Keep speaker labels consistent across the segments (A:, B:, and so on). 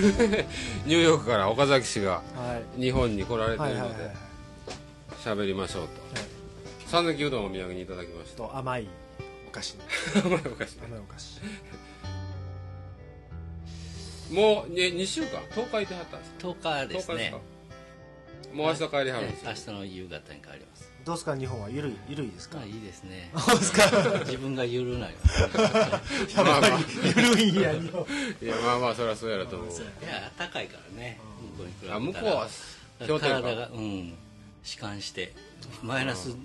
A: ニューヨークから岡崎氏が
B: はい
A: 日本に来られて
B: はい
A: る
B: はいは
A: の
B: い
A: で喋りましょうと三抜きうどんをお土産にいただきまし
B: ちょっと甘いお菓子ね
A: た甘いお菓子
B: 甘いお菓子
A: もう、ね、2週間10日いてはったんですか
C: 10日
A: 10
C: で
A: 日です
C: す
A: か
C: ね
A: もう明日帰りはるん
C: ね
A: ですよ
C: 明日の夕方に帰ります
B: どうすか日本はゆるいゆるいですか
C: まあいいですね
B: どうすか
C: 自分が 緩なりますね
B: やっぱりゆるいんや日本
A: いやまあまあそりゃそうやろと思う
C: いや暖かいからね向こうに比べたら
A: あ向こうは氷点
C: 体
A: 下
C: がうん弛緩してマイナス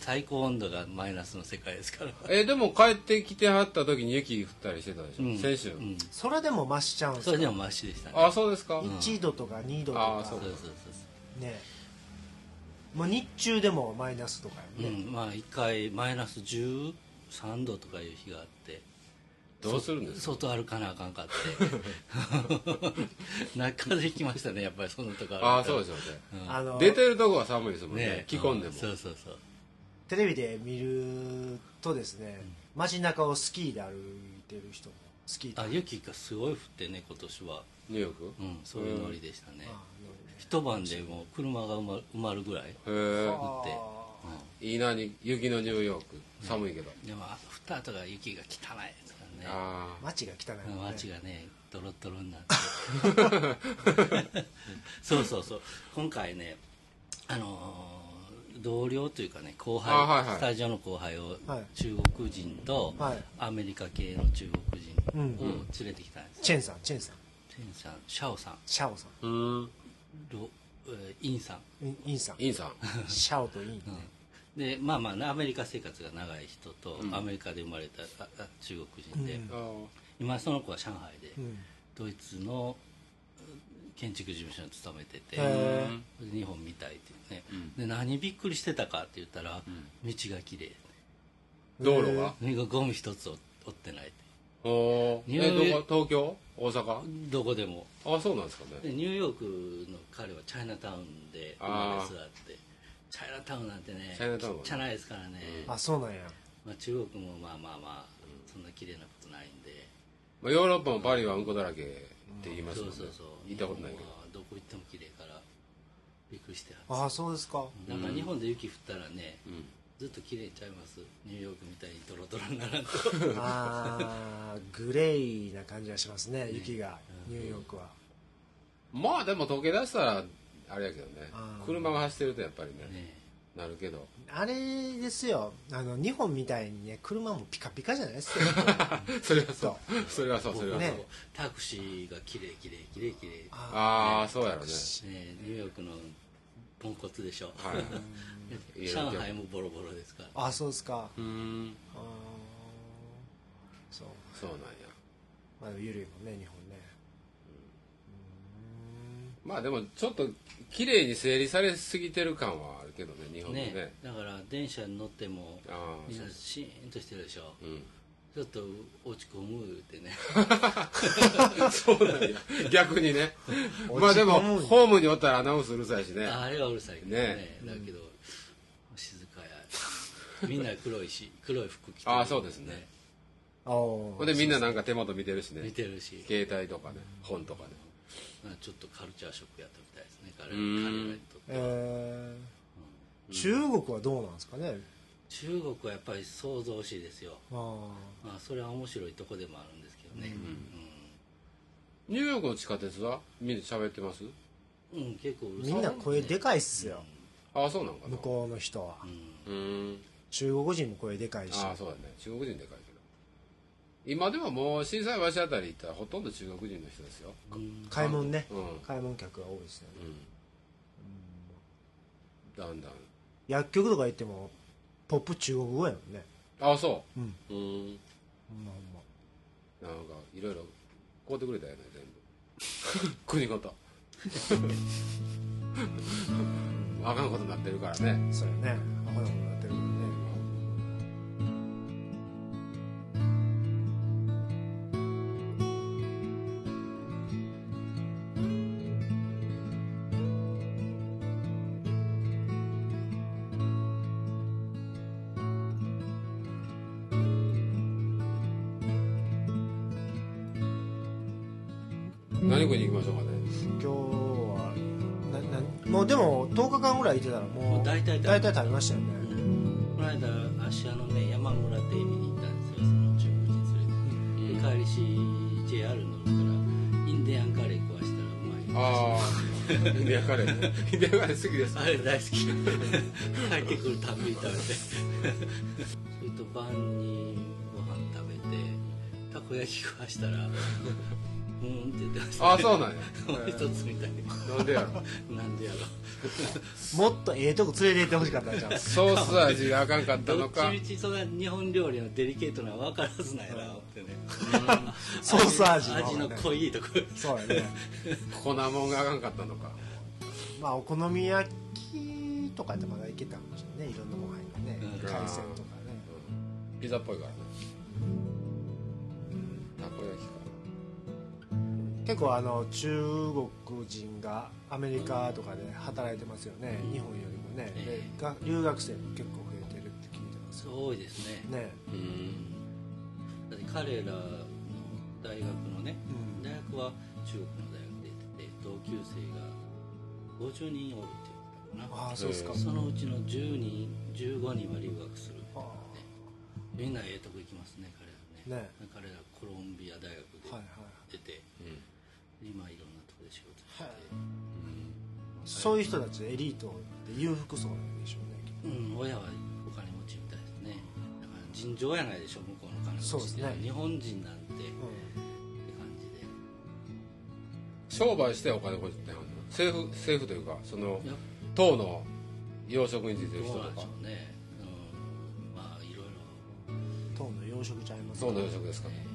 C: 最高温度がマイナスの世界です から
A: えでも帰ってきてはった時に雪降ったりしてたでしょ、
C: うん
A: 先週、
C: うん
B: それでも増しちゃうんです
C: そ
B: か
C: れでもマシでしたね
A: あそうですか、
B: 1度とか2度と
A: あー
B: か
A: そう
C: そうそうそう
B: ねもう日中でもマイナスとか
C: そう、
B: よね
C: うん、まあ一回マイナス13度とかいう日があって
A: どうするんですか
C: そ外歩かなあか んかって 中風邪ひきましたねやっぱりそのとこ歩いたら
A: ああそうですよね
C: うん
B: あの
A: 出てるとこは寒いですもんね着込んでも、
C: うそうそうそう
B: テレビで見るとですね街中をスキーで歩いてる人もスキーと
C: あ
B: か
C: 雪がすごい降ってね今年は、
A: ニューヨーク
C: うん、そういうノリでしたね、
B: あ
C: 一晩でもう車が埋ま埋まるぐらい、
A: へ
B: の
C: って
B: あ
A: えいいなに雪のニューヨーク寒いけど、
C: でもあ降った後が雪が汚いですからね
A: あ
B: ー街が汚いもんね
C: 街がねドロッドロになってそうそうそう今回ねあのー同僚というかね後輩、
A: あはいはい
C: スタジオの後輩を
B: はい
C: 中国人と、
B: はい
C: アメリカ系の中国人
B: うん
C: を連れてきたんです、
B: チェンさんチェンさん
C: テンさんシャオさん
B: シャオさん
A: あうん
C: ロ、えーインさん
B: インインさん
A: インさん
B: シャオとインね
C: でまあまあねアメリカ生活が長い人と、
A: うん
C: アメリカで生まれたああ中国人で、
B: うん
A: あー
C: 今その子は上海で、
B: うん
C: ドイツのうん建築事務所に勤めてて
B: へー
C: 日本みたいっていうね、で何びっくりしてたかって言ったら、道が綺麗
A: 道路が、
C: ゴム一つ折ってないって
A: おお
C: ニューヨーク
A: えどこ東京大阪
C: どこでも
A: あそうなんですかね
C: でニューヨークの彼はチャイナタウンで生まれ育ってチャイナタウンなんてね
A: チャイナタウンはね
C: ちっちゃないですからね、
B: あそうなんや
C: まあ、中国もまあまあまあそんな綺麗なことないんで
A: まあヨーロッパもパリはうんこだらけって言います
C: そ
A: も
C: うん
A: ね
C: そうそう
A: 行ったことないけ
C: 日
A: ど
C: 本はどこ行っても綺麗からびっくりして
B: あ
C: は
B: あそうですか
C: なんか日本で雪降ったらね、
A: ん
C: ずっと綺麗ちゃいますニューヨークみたいにドロドロに ならんと
B: あーグレーな感じがしますね雪がニューヨークは
A: まあでも溶け出したらあれやけどね
B: あー
A: 車が走ってるとやっぱりね
C: ね
A: なるけど
B: あれですよあの日本みたいにね車もピカピカじゃないですよ
A: それはそうそれはそうそれはそう、
B: ね
C: タクシーが綺麗綺麗綺麗綺麗ね
A: あ
B: あ
A: あそうやろね
C: ニューヨークのポンコツでしょ、
A: はい
C: で上海もボロボロですから
B: あそうですか
A: うーん
B: あーそう
A: そうなんや
B: まあゆるいもんね日本ね
A: まあでもちょっと綺麗に整理されすぎてる感はあるけどね日本もね
C: ねだから電車に乗っても
A: ああ
C: みんなシーンとしてるでしょ
A: うん
C: ちょっと落ち込むってね
A: そうなんや逆に ねまあでも
B: 落ち込むんや
A: ホームにおったらアナウンスうるさいしね
C: あれはうるさいけどね
A: ね
C: だけど、静かやみんな黒 いし黒い服着て
A: ああそうですね
B: あー
A: ほんでみんななんか手元見てるし
C: 見
A: ね
C: てるし
A: 携帯とかね本とかね
C: まあちょっとカルチャーショックやったみたいですね彼彼
A: ん
C: らにとっては
B: えー中国はどうなんですかね
C: 中国はやっぱり想像しいですよ、
B: あー
C: まあ、それは面白いとこでもあるんですけどね
A: ニューヨークの地下鉄はみんな喋ってます
C: うん、うん結構うるさ
B: み
C: い
B: んな声で
C: ね
B: かいっすよ
A: ああそうなんかな
B: 向こうの人は
A: うーん
B: 中国人も声でかいし
A: ああそうだね中国人でかいけど今でももう震災橋あたり行ったらほとんど中国人の人ですよ
C: うん
B: 買い物ね
A: うん
B: 買い物客が多いですよね
A: だんだん
B: 薬局とか行ってもポップ中国語やもんね
A: ああそう
B: うん
A: うーん
B: ほんまほんま
A: なんかいろいろ買うてくれたよね全部 国ごとあかんことになってるからね
B: そうやねアホなことになってるもんね
A: 「何区に行きましょうかね
B: 今日はななもうでも10日間ぐらいいてたらも
C: も
B: う
C: う大体食べ
B: 大体食べましたよね、
C: この間芦屋のね山村邸見に行ったんですよその中国人連れて、で帰りし JR 乗ったらインディアンカレー食わしたらうまい
A: ああイ ンディアンカレーねインディアンカレー好きです
C: あれ 大好き帰ってくるたんびに食べてそれと晩にご飯食べてたこ焼き食わした らうんって言ってました、
A: ああそうなんや
C: もう一つみたい
A: なんでやろ
C: になんでやろ
B: もっとええとこ連れて行ってほしかったんちゃう
A: ソース味があかんかった
C: ど
A: の
C: っ
A: か
C: ちみちそれは日本料理のデリケートな分からずなんやな思ってね
B: ソース味の
C: 味の濃いところ
B: そうやね
A: 粉もんがあかんかったのか
B: まあお好み焼きとかでまだいけたかもしれないねいろんなご飯がね
C: うん
B: 海鮮とかね
A: ピザっぽいからねたこ焼きか
B: 結構あの中国人がアメリカとかで働いてますよね日本よりもねで
C: ええ
B: が留学生も結構増えてるって聞いてます
C: そ
B: よ
C: う多いですね
B: ね
A: うん
C: だって彼らの大学のね
B: うん
C: 大学は中国の大学で出てて同級生が50人おるって言ってたか
B: ああそうですか、
A: え
C: なそのうちの10人15人は留学するって言っ
B: あ
C: ててみんなええとこ行きますね彼らね
B: ね
C: 彼らコロンビア大学
B: あはいはい
C: で出て、
A: うん
C: 今いろんなとこで仕事してて、
B: はいそういう人たちエリートで裕福そうなんでしょうねきっ
C: うん、親はお金持ちみたいですねだから尋常やないでしょ向こうの金持ちって
B: そうですね
C: 日本人なん
B: と
C: てって感じで
A: 商売してお金こじってはんの政府政府というかその
C: いや
A: 党の養殖についてる人と
C: どうなん
A: か
C: でしょうね、うん、まあいろいろ
B: うん党の養殖ちゃいますか
A: 党の養殖ですかね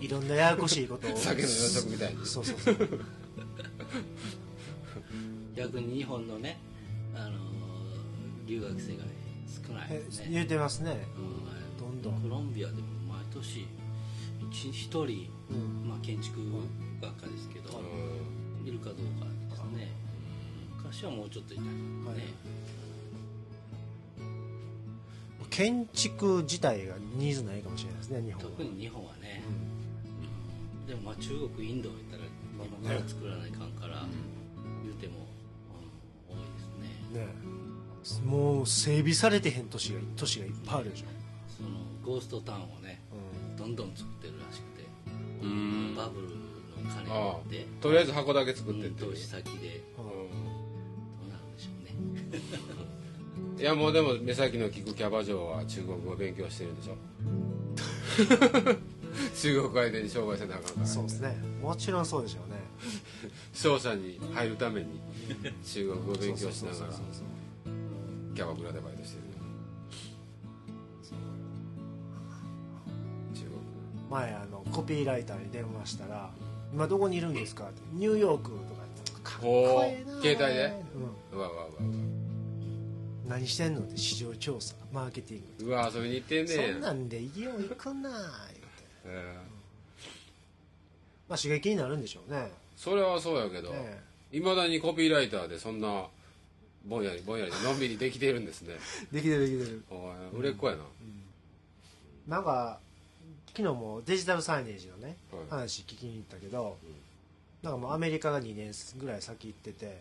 B: いろんなややこしいこと を
A: 酒の養殖みたいに
B: そうそうそう
C: 逆に日本のね、あの留学生が少ない
B: え
C: ですね、
B: 言うてますね
C: うん
B: どんどん
C: コロンビアでも毎年一一人、
B: うん
C: まあ、建築学科ですけど、
A: うん
C: いるかどうかですね昔はもうちょっといたいね、
B: はい建築自体がニーズないかもしれないですね日本は
C: 特に日本はね
B: う、ん
C: でもまあ中国インド行ったら今から作らないかんから、言うても、うん、多いですね
B: ねえもう整備されてへん都市が都市がいっぱいあるでしょ、
C: そのゴーストタウンをねどんどん作ってるらしくて、
A: うん
C: バブルの金を持って
A: とりあえず箱だけ作ってっ
C: うん
A: て
C: 投資先でどうなるんでしょうね
A: うんいやもうでも目先の聞くキャバ嬢は中国語勉強してるんでし ょ中国相手に商売せなあかんか
B: うん
A: ら
B: そうですねもちろんそうでしょうね
A: 商社に入るため に中国語勉強しながら
B: そうそうそう
A: キャバクラでバイトしてる中
B: そう前あのコピーライターに電話したら「今どこにいるんですか?」って「ニューヨーク」とか言ってかっこええな
A: おー携帯で、国うわうわうわ
B: うん、何してんのって市場調査マーケティング
A: うわうわ遊びに行ってんね
B: そん
A: や
B: なんで家を行くなー言うて
A: うん
B: まあ刺激になるんでしょうね
A: それはそうやけど
B: ね
A: いまだにコピーライターでそんなぼんやりぼんやりのんびりできてるんですね
B: できてるできてる
A: おい売れっ子やな
B: なんか昨日もデジタルサイネージのね、
A: はい
B: 話聞きに行ったけど、なんかもうアメリカが2年ぐらい先行ってて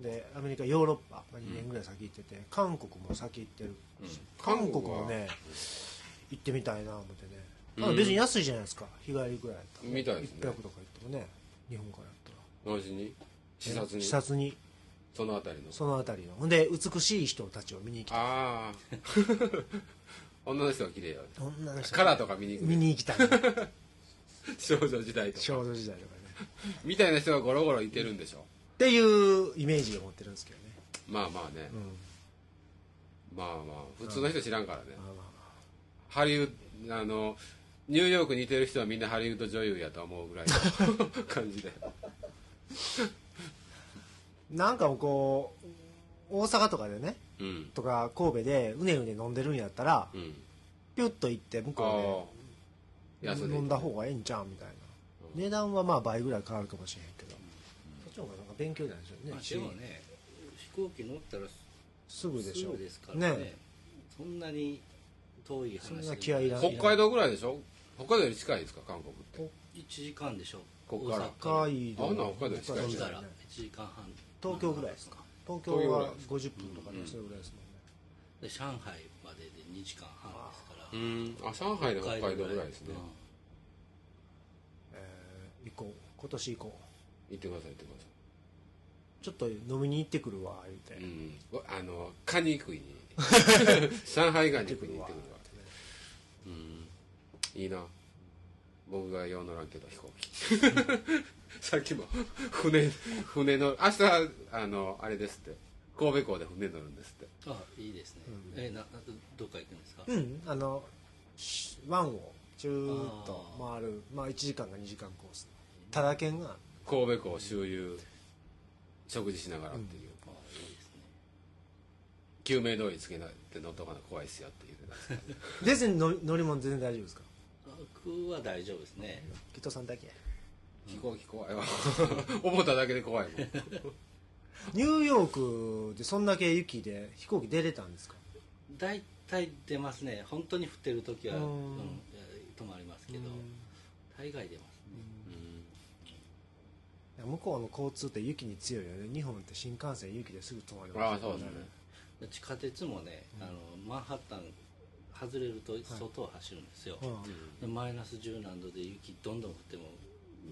B: でアメリカヨーロッパが2年ぐらい先行ってて、韓国も先行ってる、し韓国もね行ってみたいな思ってねなんか別に安いじゃないですか日帰りぐらいだったら
A: みたいですね
B: 1泊とか行ってもね日本からやったら
A: 同時に視察に
B: 視察に
A: そのあたりの
B: その辺りのほんで美しい人たちを見に行きたい
A: ああ 女の人は綺麗や
B: 女の人
A: カラーとか見に行く
B: 見に 行きたい
A: 少女時代とか
B: 少女時代とかね
A: みたいな人がゴロゴロいてるんでしょ
B: っていうイメージを持ってるんですけどね、
A: まあまあね、
B: うん
A: まあまあ普通の人知らんからね、
B: まあま
A: ハリウッドあのニューヨークにいてる人はみんなハリウッド女優やと思うぐらいの 感じで
B: あなんかもうこう大阪とかでね
A: うん
B: とか神戸でうねうね飲んでるんやったら
A: うん
B: ピュッと行って向
A: ああ
B: こうで
A: 安い
B: 飲んだ方がええんちゃうみたいな値段はまあ倍ぐらい変わるかもしれへんけどそっちの方がなんか勉強になるでしょうね
C: まあでもね飛行機乗ったら
B: すぐでし
C: す
B: ょ
C: ぐですからね
B: ね
C: そんなに遠い話でも
B: そんな気合いらん
A: 北海道ぐらいでしょ北海道より近いですか韓国って
B: 北
C: 1時間でしょ
A: こっから
B: 北
C: 大阪
B: 海道
A: あんなん北海道に近い
C: そ
A: じ
C: し
A: ゃ
C: た
A: ん
C: ら1時間半
B: 東京ぐらいですか東京は50分とかでそれぐらいですもんね、
C: で上海までで2時間半ですから
A: うんあ上海で北海道ぐらいですね
B: えー行こう今年行こ
A: 行ってください行ってくださ
B: うちょっと飲みに行ってくるわ言うて、
A: いうんわあのカニ 食いに上海ガニ食いに行ってくるわうんいいな僕が用乗らんけど飛行機 さっきも船船の明日あのあれですって神戸港で船乗るんですって
C: うんあいいですね、えななどっか行くんですか、
B: うんあのし湾をチューッと回るまあ1時間か2時間コースただ券が
A: 神戸港周遊食事しながらっていう、
C: あいいですね
A: 救命胴衣つけないって乗っとかな怖いっすよって言うてたんですけど
B: ディズニーの乗り物全然大丈夫ですか
C: 僕は大丈夫ですね
B: きっとさんだけ
A: 飛行機怖いわ 思っただけで怖いもん
B: ニューヨークでそんだけ雪で飛行機出れたんですか
C: 大体出ますね本当に降ってる時は、
B: う
C: うんんえー止まりますけど大概出ますね
B: 向こうの交通って雪に強いよね日本って新幹線雪ですぐ止まり
A: あ
B: ま
A: あ
B: す
A: そうですね
C: 地下鉄もね、あのマンハッタン外れると外を走るんですよ、
B: うん
C: でマイナス10何度で雪どんどん降っても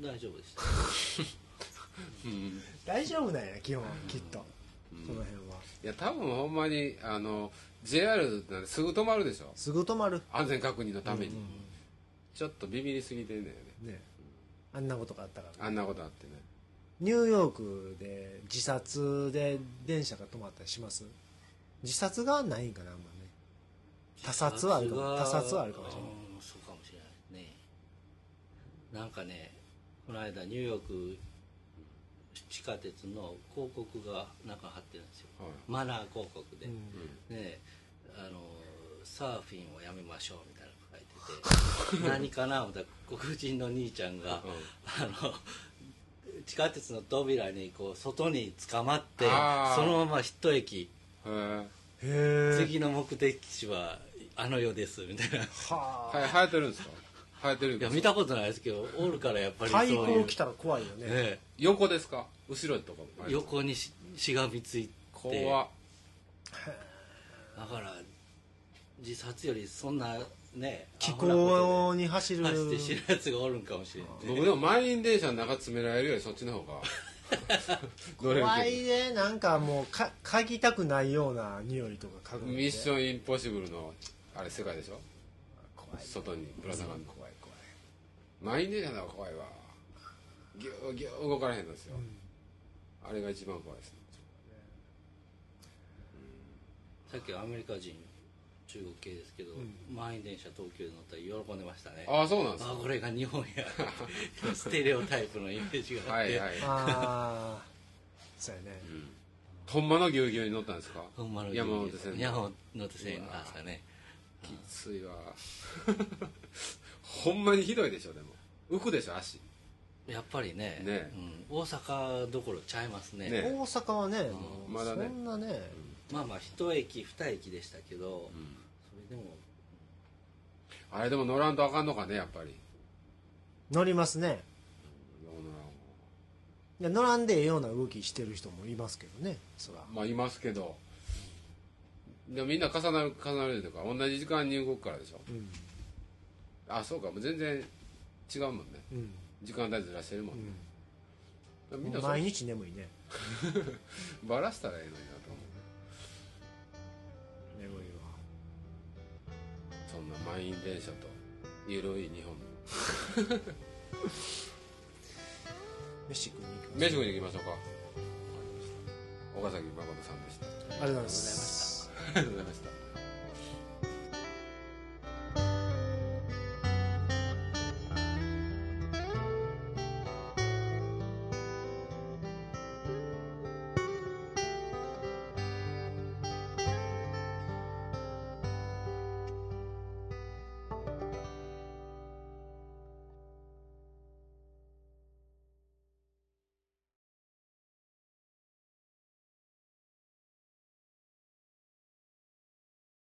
C: 大丈夫でした
A: うん
B: 大丈夫なんや基本きっとその辺はい
A: や多分ほんまにあの JR なんですぐ止まるでしょ
B: すぐ止まる
A: 安全確認のために、ちょっとビビりすぎてんだよね
B: ねあんなことがあったから
A: あんなことあってね
B: ニューヨークで自殺で電車が止まったりします自殺がないんかなあんまね他殺はあるかも他殺はあるかもしれない
C: うんそうかもしれないですねなんかねこの間ニューヨーク地下鉄の広告が中貼ってるんですよ
A: はい
C: マナー広告で、
B: うん
C: ねあのサーフィンをやめましょうみたいなの書い てて何かな思ったら黒人の兄ちゃんが、あの地下鉄の扉にこう外に捕まって
A: あー
C: そのまま一駅
A: へえ
B: へえ
C: 次の目的地はあの世ですみたいない
B: はあ
A: は生えてるんですか生えてる
C: や見たことないですけどおるからやっぱりそう
B: 太
C: いう
B: 鼓、来たら怖いよね
C: ね、
A: 横ですか後ろとかも生えてる
C: 横にししがみついて
A: 怖っ
C: だから自殺よりそんなね
B: 気
C: アホ
B: 候に走る
C: なことで走って死ぬやつがおるんかもしれない
A: 僕でも満員電車の中詰められるよりそっちの方が 乗れる
B: 怖
A: け
B: いねなんかもうか嗅ぎたくないような匂いとか嗅
A: ど
B: ぐ
A: ミッシ
B: ン
A: ョンインポッシブルのあれ世界でしょ
B: 怖い
A: 外にぶら下がるの
B: 怖い怖い
A: 満員電車の方が怖いわぎゅうぎゅう動かれへんのですよ、あれが一番怖いです
C: さっきアメリカ人中国系ですけど、満員電車東京で乗ったら喜んでましたね
A: ああそうなんですか
C: あこれが日本やステレオタイプのイメージがあ
A: は
C: っ
A: い
C: て、
A: はい
B: ああそうやね
A: ほんまのぎゅうぎゅうに乗ったんですか
C: ほんまの
A: 山手線の
C: 山手線なんですかね
A: きついわほんまにひどいでしょでも浮くでしょ足
C: やっぱりね
A: ね
C: うん、大阪どころちゃいますね
A: ね
B: 大阪はね
A: うん
B: も
A: ま
B: う
A: だ
B: そ
A: ね
B: んなね
C: まあまあ一駅二駅でしたけど、それでも
A: あれでも乗らんとあかんのかねやっぱり
B: 乗りますね
A: よう乗ら
B: いや乗らんでええような動きしてる人もいますけどねそら
A: んまあいますけどでもみんな重なる重なるというか同じ時間に動くからでしょ
B: うん
A: あそうかもう全然違うもんね
B: うん
A: 時間帯ずらしてるもんね、みんなそう
B: 毎日眠いね
A: バラしたらええのになと思う
B: 眠いわ
A: そんな満員電車とゆるい日本
B: 飯食いに行きます
A: 飯食いに行きましょうか岡崎誠さんでした
B: ありがとうございます
A: ありがとうございました